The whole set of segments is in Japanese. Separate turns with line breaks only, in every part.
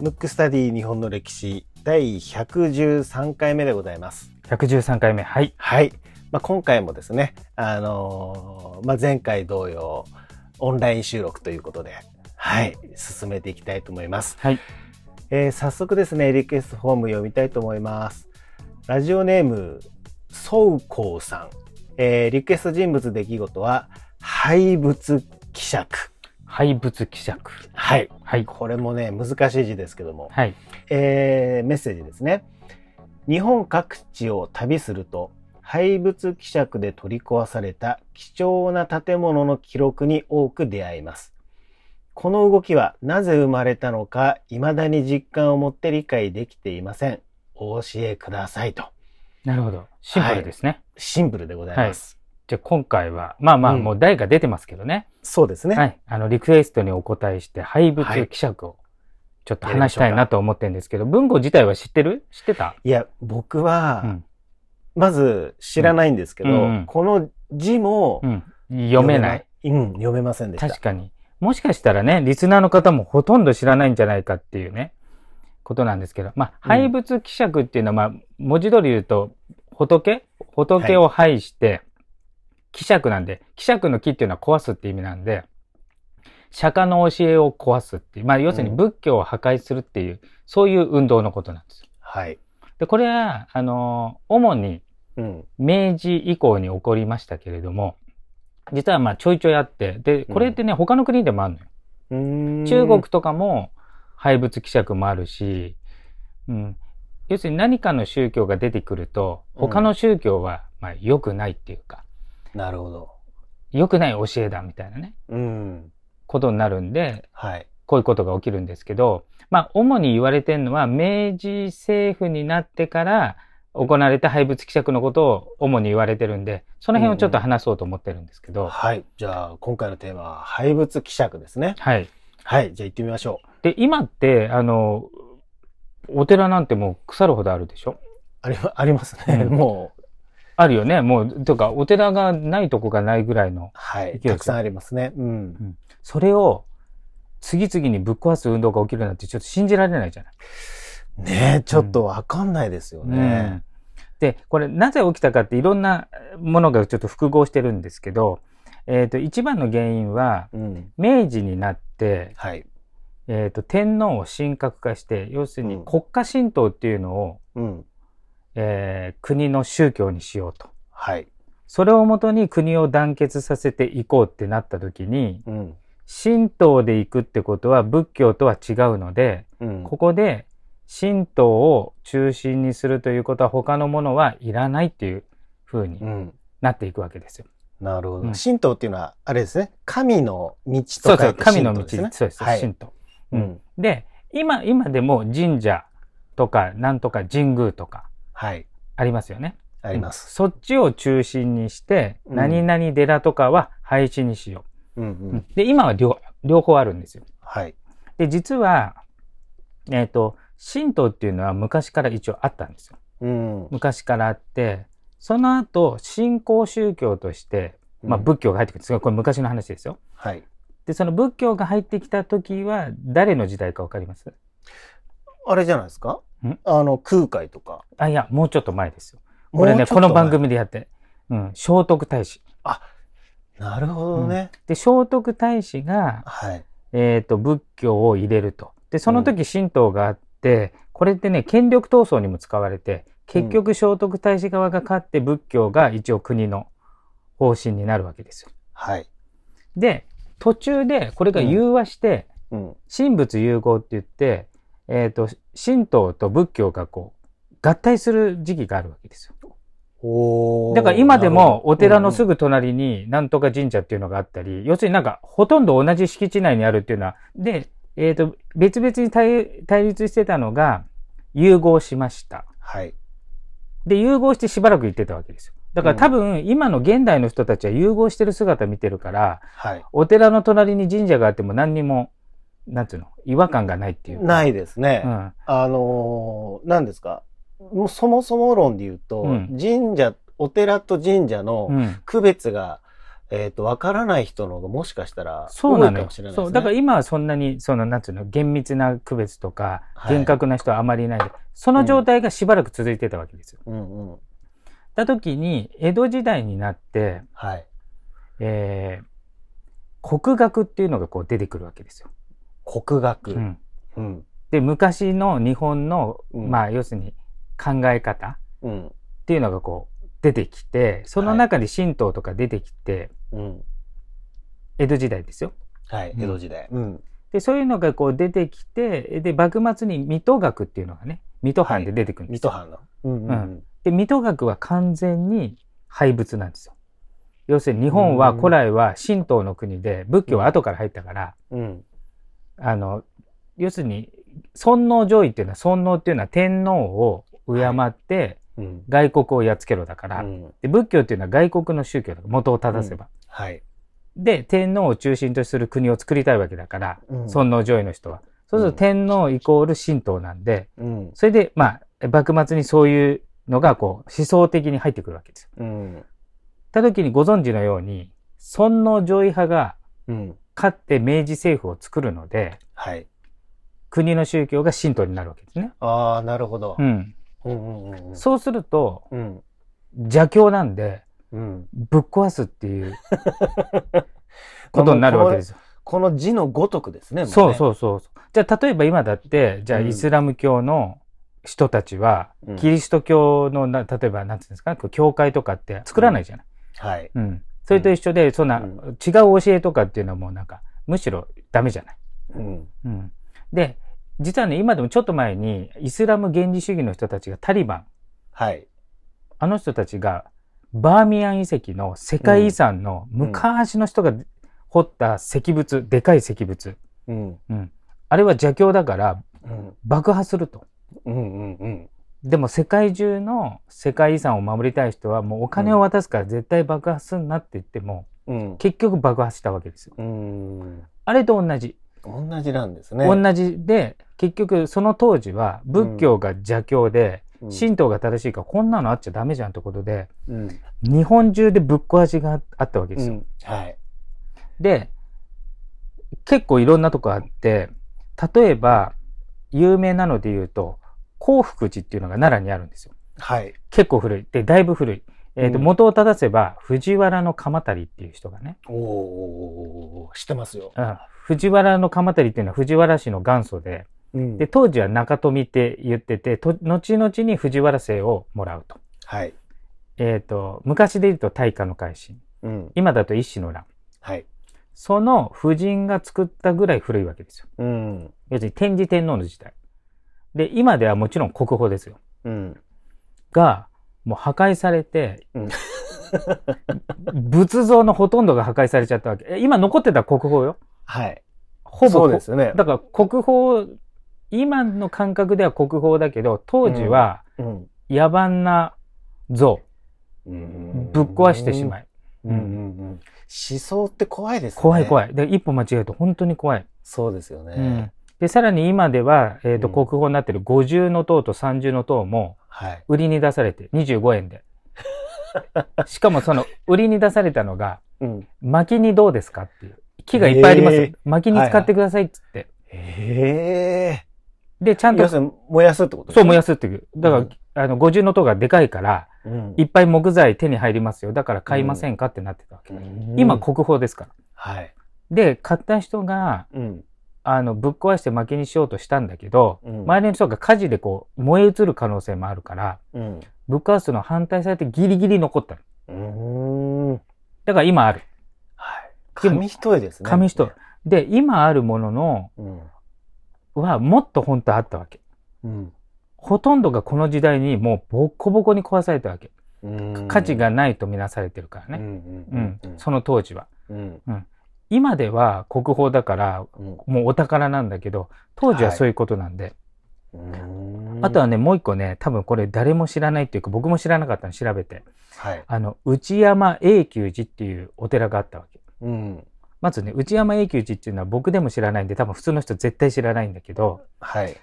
ムックスタディ日本の歴史第113回目でございます。
113回目はい
はい。まあ、今回もですね、あのーまあ、前回同様、オンライン収録ということで、はい、進めていきたいと思います。
はい
えー早速ですね、リクエストフォーム読みたいと思います。ラジオネーム、そうこうさん。えーリクエスト人物出来事は、廃物希釈。
廃物希釈
はい。
はい
これもね、難しい字ですけども、
はい
えーメッセージですね。日本各地を旅すると、廃物希釈で取り壊された貴重な建物の記録に多く出会います。この動きはなぜ生まれたのか、未だに実感を持って理解できていません。お教えくださいと。
なるほどシンプルですね、
シンプルでございます。
じゃあ今回はまあまあ
うん
もう題が出てますけどね、
そうですね。
はいあのリクエストにお答えして廃物
はい
希釈をちょっと
やりま
話
し
し
ょうか
たいなと思ってるんですけど文庫自体は知ってる知ってた
いや、僕は、
うん
まず知らないんですけど、
うんうん
この字も
うん読めない
読め。うん、読めませんでした。
確かにもしかしたらねリスナーの方もほとんど知らないんじゃないかっていうねことなんですけど、まあ、
うん
廃物希釈っていうのは、まあ、文字通り言うと仏仏を廃して、希釈なんで希釈の木っていうのは壊すって意味なんで釈迦の教えを壊すっていう、まあ、要するに
うん
仏教を破壊するっていう、そういう運動のことなんですよ。
はい。
でこれはあのー主に
うん。
明治以降に起こりましたけれども実はまあちょいちょいあってでこれってね、他の国でもあるのよ。
うーん
中国とかも廃物希釈もあるし、うん、要するに何かの宗教が出てくると
うん
他の宗教はまあ良くないっていうか
なるほど。
良くない教えだみたいなね
うん。
ことになるんで
はい。
こういうことが起きるんですけど、まあ、主に言われてるのは明治政府になってから行われた廃物希釈のことを主に言われてるんでその辺をちょっと話そうと思ってるんですけど、
はい。じゃあ、今回のテーマは廃物希釈ですね。
はい、
はい。じゃあ行ってみましょう。
で今ってあのお寺なんてもう腐るほどあるでしょ
あり ありますね。
うん
もう、
あるよね。もう、とか、お寺がないとこがないぐらいの。
はい。
いける
たくさんありますね。うん。
それを、次々にぶっ壊す運動が起きるなんて、ちょっと信じられないじゃない。
ねえ、ちょっとわかんないですよね。
で、これ、なぜ起きたかって、いろんなものがちょっと複合してるんですけど、えっ、と、一番の原因は、
うん。
明治になって、
はい。
えっ、と、天皇を神格化して、要する
う
に
ん
国家神道っていうのを、
うん。
えー国の宗教にしようと。
はい。
それをもとに国を団結させていこうってなった時に、
うん。
神道で行くってことは仏教とは違うので、
うん。
ここで神道を中心にするということは他のものはいらないっていう風に
うん。
なっていくわけですよ。
なるほど、
うん
神道っていうのは、あれですね。神の道
そう
と
そ
書
う、
いて
神の
神道
道、
です
そう
ね。
です、
はい
神道。
う
うん
ん。
で、今、今でも神社とか、なんとか神宮とか
はい。
ありますよね。
あります。
うんそっちを中心にして、
うん
何々寺とかは廃止にしよ
うん。う
う。
ん。
で、今は両両方あるんですよ。
はい。
で実はえっ、と神道っていうのは昔から一応あったんですよ
うん。
昔からあってその後信仰宗教として、まあ、
うん、
仏教が入ってくるんですがこれ昔の話ですよ
はい。
でその仏教が入ってきた時は誰の時代か分かります
あれじゃないですか
ん
あの、空海とか。
あいやもうちょっと前ですよこれ
も
ね
うちょっ
こ
前
との番。組でやって、うん、聖徳太子
なるほどね。
で聖徳太子が、
はい。
えー、と仏教を入れるとでその時神道があって、これってね権力闘争にも使われて結局聖徳太子側が勝って仏教が一応国の方針になるわけですよ。
はい。
で途中でこれが融和して、
うん。
神仏融合って言って、えー、と神道と仏教がこう合体する時期があるわけですよ。
おー
だから今でもお寺のす
ぐ、
ぐ隣になんとか神社っていうのがあったり、要するになんかほとんど同じ敷地内にあるっていうのは、で、えっ、と、別々に対対立してたのが融合しました。
はい。
で、融合してしばらく行ってたわけですよ。だから多分今の現代の人たちは融合してる姿見てるから、
はい。
お寺の隣に神社があっても何にも、なんつうの、違和感がないっていうか。
ないですね。
うん。
あのー、何ですかもうそもそも論で言うと、
うん
神社、お寺と神社
う
の
ん。
区別が、えっ、と、わからない人の方がもしかしたら、
そ
多
う
いか
なのよ
もしれないですね。
そう。だから今はそんなに、その、なんつうの、厳密な区別とか、
はい
厳格な人はあまりいないで、その状態がしばらく続いてたわけですよ。
うんうん。
だ時に、江戸時代になって、
はい。
えー、国学っていうのがこう出てくるわけですよ。
国学。
うん
うん。
で、昔の日本の、
うん
まあ、要するに考え方
うん。
っていうのがこう出てきて、その中で神道とか出てきて、
うん。
江戸時代ですよ。
はい。
うん
江戸時代。うん。
で、そういうのがこう出てきて、で、幕末に水戸学っていうのがね、水戸藩で出てくるんで
水
すよ
戸藩の。うんうんうん。
で水戸学は完全に廃仏なんですよ。要するに日本は
うん
古来は神道の国で仏教は後から入ったから、
うん。
あの要するに尊王攘夷っていうのは尊王っていうのは天皇を敬って
うん。
外国をやっつけろだか
う
ら、
ん
で仏教っていうのは外国の宗教だから元を正せば。
はい。
で天皇を中心とする国を作りたいわけだから、
うん
尊王攘夷の人は。そうすると天皇イコール神道なんで、
うん。
それでまあ幕末にそういうのがこう思想的に入ってくるわけです
う
よ。
ん。
た時にご存知のように尊王攘夷派が
うん。
勝って明治政府を作るので
はい。
国の宗教が神道になるわけですね。
ああ、なるほど
う。ん、
うんうんうんうん。
そうすると
うん。
邪教なんで
うん。
ぶっ壊すっ ていうことになるわけですよ。
この字のごとくですね。もね
そうそうそうそう。じゃあ例えば今だってじゃあ
うん
イスラム教の人たちは、
うん
キリスト教のな例えばなんていうんですかこう教会とかって作らないじゃない。
はい。
うんそれと一緒でそんな、
うん
違う教えとかっていうのはもうなんかむしろダメじゃない。
うん。
うん、で実はね今でもちょっと前にイスラム原理主義の人たちがタリバン
はい。
あの人たちがバーミヤン遺跡の世界遺産の昔の人が掘った石仏、でかい石仏
うん。
あれは邪教だから
うん。
爆破すると。
うんうんうん。
でも世界中の世界遺産を守りたい人はもうお金を渡すから絶対爆破すんなって言っても、
うん。
結局爆破したわけですよ。
うん。
あれと同じ。
同じなんですね。
同じで結局その当時は仏教が邪教で、
うん
神道が正しいからこんなのあっちゃダメじゃんってことで
うん。
日本中でぶっ壊しがあったわけですよ。
うんはい。
で結構いろんなとこあって例えば有名なので言うと興福寺っていうのが奈良にあるんですよ。
はい。
結構古いでだいぶ古い。えーと
うん
元を正せば藤原の鎌足っていう人がね、
おーおーおーおー知ってますよ。
うん藤原の鎌足っていうのは藤原氏の元祖で
うん
で当時は中富って言っててと後々に藤原姓をもらうと,、
はい。
えー、と昔で言うと大化の改新
うん。
今だと一子の乱
はい。
その夫人が作ったぐらい古いわけですよ
うん。
要するに天智天皇の時代で今ではもちろん国宝ですよ
うん。
がもう破壊されて、
うん
仏像のほとんどが破壊されちゃったわけえ今残ってた国宝よ
はい。
ほぼこ
そうですよね。
だから国宝今の感覚では国宝だけど当時は、
うん。
野蛮な像
うん
ぶっ壊してしまい、
うんうんうん。思想って怖いですね。
怖い
い。
怖いで一歩間違えると本当に怖い、
そうですよ
うん
ね。
でさらに今では、えーと
うん
国宝になってる五重の塔と三重の塔も
はい。
売りに出されて25 円でしかもその売りに出されたのが
うん。
薪にどうですかっていう木がいっぱいありますよ、
へー
薪に使ってくださいっつって、
ええ。
でちゃんと
要するに燃やすってこと
そう燃や
す。
すっていうだから、
うん
あの五重の塔がでかいから
うん
いっぱい木材手に入りますよだから買いませんかってなってたわけ、今国宝ですから
はい。
で買った人が
うん。
あのぶっ壊して薪にしようとしたんだけど、
うん
周りの人が火事でこう燃え移る可能性もあるから
うん。
ぶっ壊すの反対されてギリギリ残ったの
うん。はい。
だから今あるでも
紙一重ですね。
紙一重。で今あるものの
うん。
はもっと本当はあったわけ
うん
ほとんどがこの時代にもうボッコボコに壊されたわけ
うん。
価値がないとみなされてるから
う
ね、
ん
う
うんんうん
その当時は
うん
今では国宝だから
うん
もうお宝なんだけど当時はそういうことなんで、
うん
あとはね、もう一個ね、多分これ誰も知らないっていうか、僕も知らなかったの調べて。
はい。
あの、内山永久寺っていうお寺があったわけ。
うん。
まずね、内山永久寺っていうのは僕でも知らないんで、多分普通の人絶対知らないんだけど、
はい。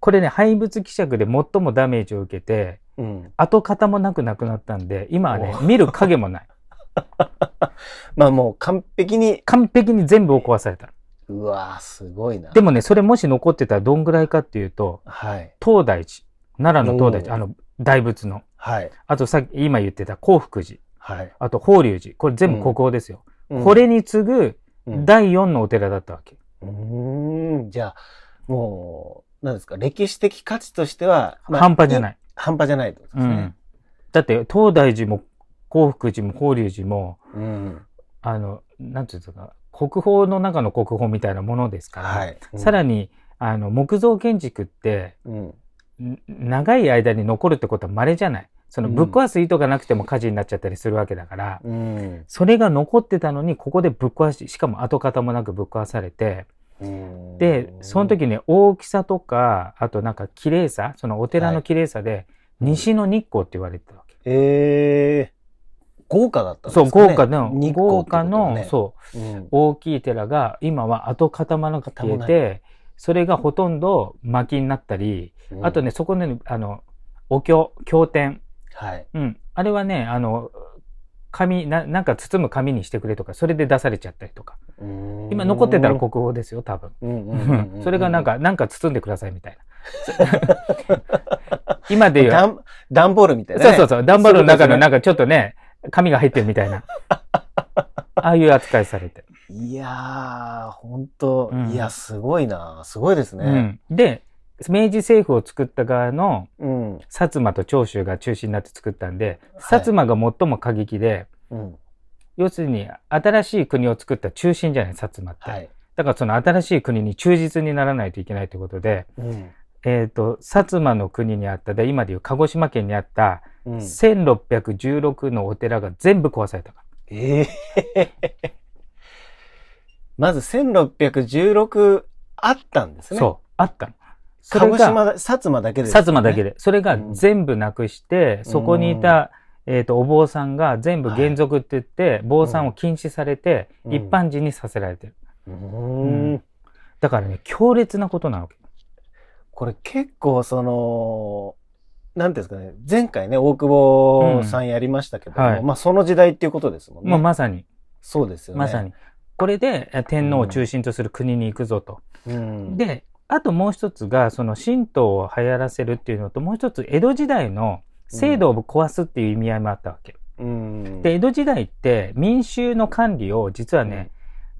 これね、廃仏希釈で最もダメージを受けて、
うん。
跡形もなくなくなったんで、今はね
お、
見る影もない。
まあもう完璧に、
完璧に全部を壊された。
うわーすごいな。
でもね、それもし残ってたらどんぐらいかっていうと、
はい。
東大寺、奈良の東大寺、
お
あ
ー
の、大仏の、
はい。
あとさっき、今言ってた興福寺、
はい。
あと法隆寺、これ全部国宝ですよ。
うん
こ、れに次ぐ
うん
第4のお寺だったわけ。
うーん、じゃあ、もう、なんですか、歴史的価値としては、まあ。
半端じゃないい。
半端じゃないってことで
う
す
ん
ね。。
だって、東大寺も興福寺も法隆寺も、
うん。
あの、なんていうか、国宝の中の国宝みたいなものですから、
はい。
さら
に、
に、あの、木造建築って、
うん。
ん長い間に残るってことは稀じゃない。その、
うん
ぶっ壊す意図がなくても火事になっちゃったりするわけだから、
うん。
それが残ってたのに、ここでぶっ壊し、しかも跡形もなくぶっ壊されて、
うん
で、その、時ね、大きさとか、あとなんか綺麗さ、そのお寺の綺麗さで、西の日光って言われてたわけ。
ええ豪華だったんです
そ
か
う、
ね。
豪華の、
日光
豪
ってこと
華
ね
の、そう、
うん。
大きい寺が今は跡形もなく消え
形も
てそれがほとんど薪になったり、
うん
あとね、そこねあのお経経典、
はい。
うん、あれはねあの紙ななんか包む紙にしてくれとかそれで出されちゃったりとか今
今
残ってたら国宝ですよ多分。
うんう
うん
うんうん
んそれがなん、か、なんか包んでくださいみたいな。 今で言う。
段段ボールみたいな、
そ
ね。
うそうそう。段ボールの中
そういうこと
の
ですね
なんかちょっとね、紙が入ってるみた いな。ああいう扱いされて。
いやー、ほんと、
うん
いや、すごいな。すごいです
う
ね。
ん、で明治政府を作った側の
うん。
薩摩と長州が中心になって作ったんで、
はい
薩摩が最も過激で
うん。
要するに新しい国を作った中心じゃない薩摩って、
はい。
だからその新しい国に忠実にならないといけないということで、
うん。
えー、と薩摩の国にあったで今でいう鹿児島県にあった
うん、
1616のお寺が全部壊されたから、
ええまず1616あったんですね。
そうあったの。そ
鹿
れ
児
が
島だ、薩摩だけで
薩
す、ね。
摩だけ
で。
で。それが全部なくして、そこにいた、えっ、と、お坊さんが全部原族って言って、坊さんを禁止されて、
うん
一般人にさせられてる。
うー
うんん。だからね、強烈なことなわけ。
これ結構その、なんていうんですかね、前回ね、大久保さんやりましたけども、
うんはい
まあその時代っていうことですもんね。
もうまさに、
そうですよね。
まさに。これで、え天皇を中心とする国に行くぞと。
うん。
で、あともう一つが、その神道を流行らせるっていうのと、もう一つ、江戸時代の制度を壊すっていう意味合いもあったわけ。
うん、
で、江戸時代って民衆の管理を実はね、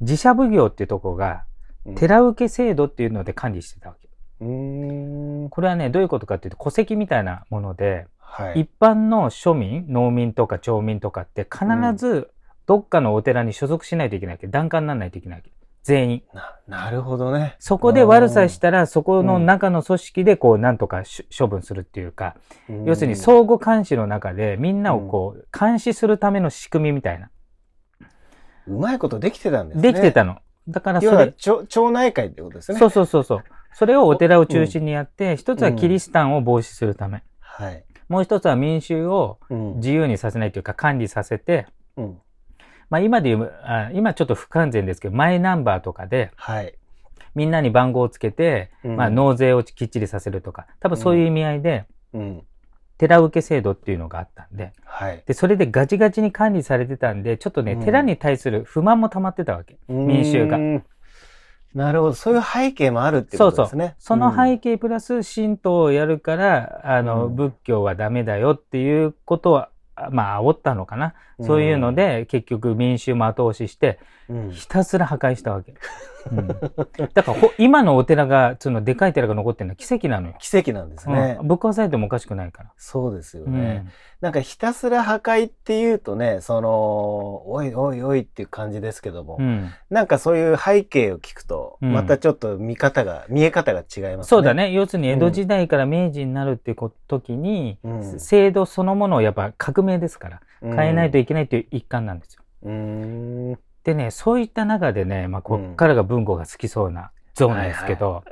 自社奉行っていうとこが、
うん、
寺受け制度っていうので管理してたわけ。
うーん。
これはね、どういうことかっていうと、戸籍みたいなもので、
はい。
一般の庶民、農民とか町民とかって必ずどっかのお寺に所属しないといけないわけ。檀家にならないといけないわけ。全員。
ななるほどね。
そこで悪さしたら、そこの中の組織でこう、なんとかし処分するっていうか、
うん
要するに相互監視の中でみんなをこう、監視するための仕組みみたいな。
うまいことできてたんですね。
できてたの。だからそ
要は
れ、
町町内会ってことですね。
そうそうそうそう。それをお寺を中心にやって、一つはキリシタンを防止するため。
はい。
もう一つは民衆を
うん
自由にさせないというか管理させて、
うん
まあ、今でいうあ今ちょっと不完全ですけどマイナンバーとかで
はい。
みんなに番号をつけて、まあ、
うん、
納税をきっちりさせるとか多分そういう意味合いで、
うん。
寺受け制度っていうのがあったんで
はい。
でそれでガチガチに管理されてたんでちょっとね、
うん
寺に対する不満も溜まってたわけ
民
衆が。
なるほど。そういう背景もあるってことですね。
その背
景。
景プラス神道をやるから、あの
うん
仏教はダメだよっていうことはあまあ煽ったのかな、そういうので結局民衆も後押しして
うん、
ひたすら破壊したわけ。だからほ今のお寺がそのでかい寺が残ってるのは奇跡なのよ。
奇跡なんですね。
うんぶっ壊されてもおかしくないから。
そうですよ
う
ね、
ん
なんかひたすら破壊っていうとね、その、おいおいおいっていう感じですけども、
うん
なんかそういう背景を聞くと、
うん
またちょっと見方が、見え方が違いますね。
そうだ。ね要するに江戸時代から明治になるっていうこ時に、
うん
制度そのものをやっぱ革命ですから変えないといけないという一環なんですよ。
うん。 うん。
でねそういった中でね、まあ、こっからが文豪が好きそうなゾーンなんですけど、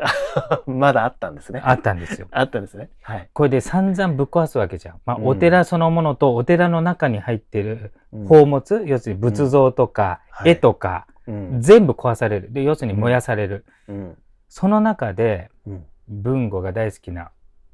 まだあったんですね。
あったんですよ。
あったんですね。はい。
これで散々ぶっ壊すわけじゃん。まあ、
うん
お寺そのものとお寺の中に入ってる
うん
宝物、要するに仏像とか、
うんはい
絵とか、
うん。
全部壊される。で、要するに燃やされる。
うん。
その中で、
うん
文語が大好きな、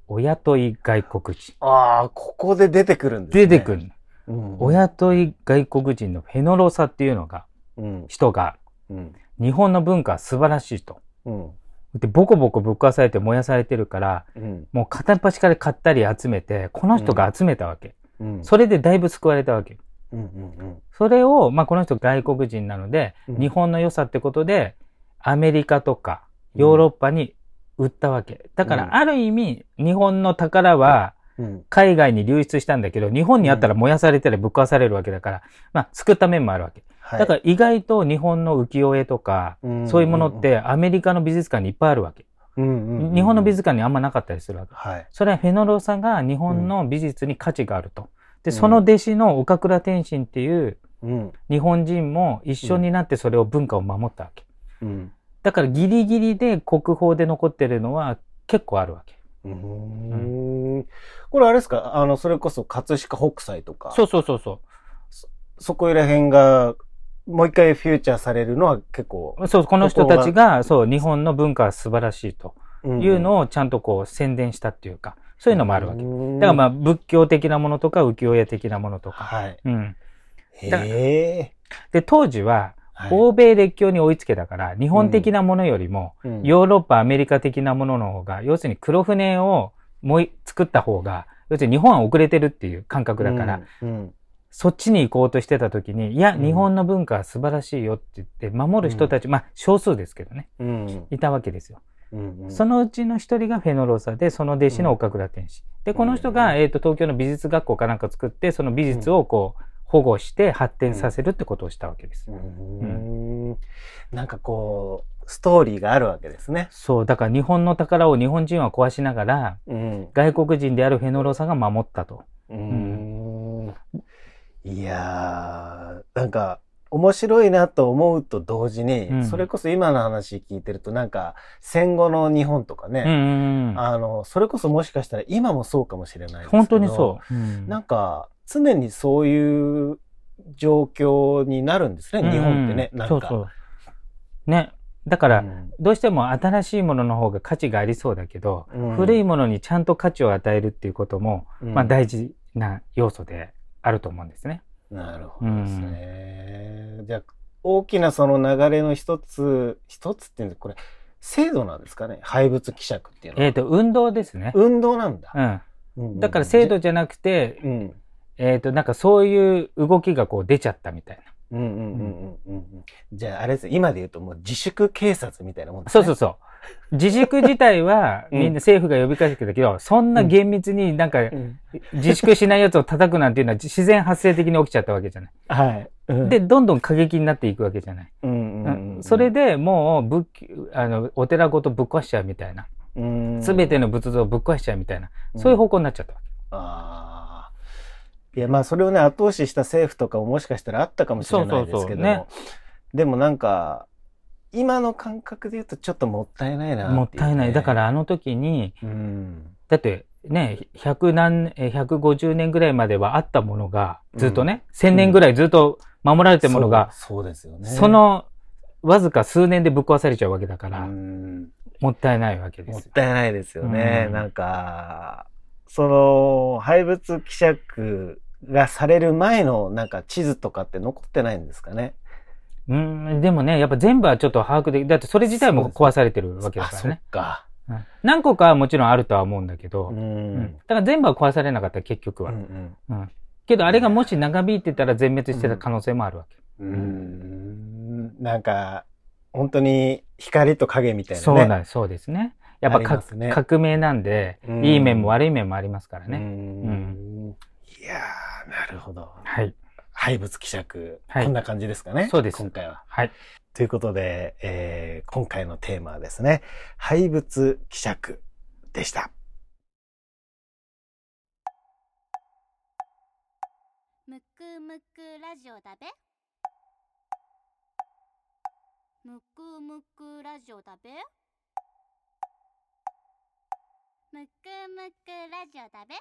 お雇い外国人。
ああ、ここで出てくるんですね。
出てくるの。
うん
親とい外国人のフェノロサっていうのが、
うん
人が、
うん
日本の文化は素晴らしいと。
うん
で、ボコボコぶっ壊されて燃やされてるから、
うん
もう片っ端から買ったり集めて、この人が集めたわけ。
うん
それでだいぶ救われたわけ。
うんうん
それを、まあ、この人外国人なので、
うん
日本の良さってことで、アメリカとかヨーロッパに売ったわけ。だか
うん
ら、ある意味、日本の宝は
うん
海外に流出したんだけど、日本にあったら燃やされたりぶっ壊されるわけだから、まあ、救った面もあるわけ。
はい
だから、意外と日本の浮世絵とか、
うん
そういうものってアメリカの美術館にいっぱいあるわけ。
うんうんうん
日本の美術館にあんまなかったりするわけ。
はい
それはフェノロサが日本の美術に価値があると。
う
で、
ん
その弟子の岡倉天心っていう
うん
日本人も一緒になってそれを文化を守ったわけ。
うん
だからギリギリで国宝で残ってるのは結構あるわけ。
うーんこれあれですかあのそれこそ葛飾北斎とか
そうそうそうそ
そこら辺がもう一回フューチャーされるのは結構
う。そう、この人たちが、そう、日本の文化は素晴らしいとい
いう
のをちゃんとこう宣伝したっていうか、そういうのもあるわけ。だ
だ
からまあ仏教的なものとか浮世絵的なものとか。
はい
うん。
へ
だ
え
で、当時は
はい
欧米列強に追いつけたから、日本的なものよりも、
うん
ヨーロッパ、アメリカ的なものの方が、要するに黒船をもうい作った方が、要するに日本は遅れてるっていう感覚だから、
うん
そっちに行こうとしてた時に、いや、
うん
日本の文化は素晴らしいよって言って、守る人たち、まあ少数ですけどね、
うんうん
いたわけですよ。
うんうん
そのうちの一人がフェノローサで、その弟子の岡倉天使。で、この人が、
うん
えっ、と、東京の美術学校かなんか作って、その美術をこう、保護して発展させるってことをしたわけです。
うーんなんかこうストーリーがあるわけですね
そう、だから日本の宝を日本人は壊しながら、
うん
外国人であるフェノローサが守ったと。
うーんいやーなんか面白いなと思うと同時に、
うん
それこそ今の話聞いてるとなんか戦後の日本とかね、
うんうんうん。
あの、それこそもしかしたら今もそうかもしれないですけど。
本当にそう。うん
なんか、常にそういう状況になるんですね、日本ってね。
うん
なんか。
そうそう。ね。だから、
うん
どうしても新しいものの方が価値がありそうだけど、
うん
古いものにちゃんと価値を与えるっていうことも、
うん
まあ大事な要素であると思うんですね。
なるほどですね。じゃあ、大きなその流れの一つ、一つっていうんですこれ、制度なんですかね廃物希釈っていうのは。
えっ、と、運動ですね。
運動なんだ。
うん。
うん
だから制度、じゃなくて、
うん。
えっ、と、なんかそういう動きがこう出ちゃったみたいな。
うんうんうんうんうんうん。じゃあ、あれですね今で言うともう自粛警察みたいなもんです
そう
ね。
そうそう。自粛自体は
うん
みんな政府が呼びかけてたけど、そんな厳密になんか
うん
自粛しないやつを叩くなんていうのは自然発生的に起きちゃったわけじゃない。
はい。うん
で、どんどん過激になっていくわけじゃない。
うんうんうんうん
それでもう仏教あのお寺ごとぶっ壊しちゃうみたいな、
す
全て
の、
の仏像をぶっ壊しちゃうみたいな、そういう方向になっちゃったわけ。
あーいやまあそれをね後押しした政府とかももしかしたらあったかもしれないですけども
そうそうそうね
でもなんか今の感覚で言うとちょっともったいないなってうね、
もったいない。だからあの時に、
うん
だってね、100何、え150年ぐらいまではあったものが、ずっとね、1000年ぐらいずっと守られてるものが、
そうそうですよね
そのわずか数年でぶっ壊されちゃうわけだから、
うん
もったいないわけで
もっ
すよ。
たいないですよね、
うん
なんかその廃物希釈がされる前のなんか地図とかって残ってないんですかね
うん、でもね、やっぱ全部はちょっと把握でき、だってそれ自体も壊されてるわけだからね。
あそっか
うん何個かはもちろんあるとは思うんだけど、
う
うん
ん、
だから全部は壊されなかった結局
うんう
は、
ん
うんけどあれがもし長引いてたら全滅してた可能性もあるわけ。
うーんなんか、本当に光と影みたいなね。
そうなんそうですね。やっ
あ
ぱ
りま
か
すね
革命なんで、
うん
いい面も悪い面もありますから
うー
ね。
んいやー、なるほど。
はい。
廃物希釈、
はい
こんな感じですかね。
そうです
今回は。
はい。
ということで、えー今回のテーマはですね、廃物希釈でした。
むくむくラジオだべむくむくラジオだべむくむくラジオだべ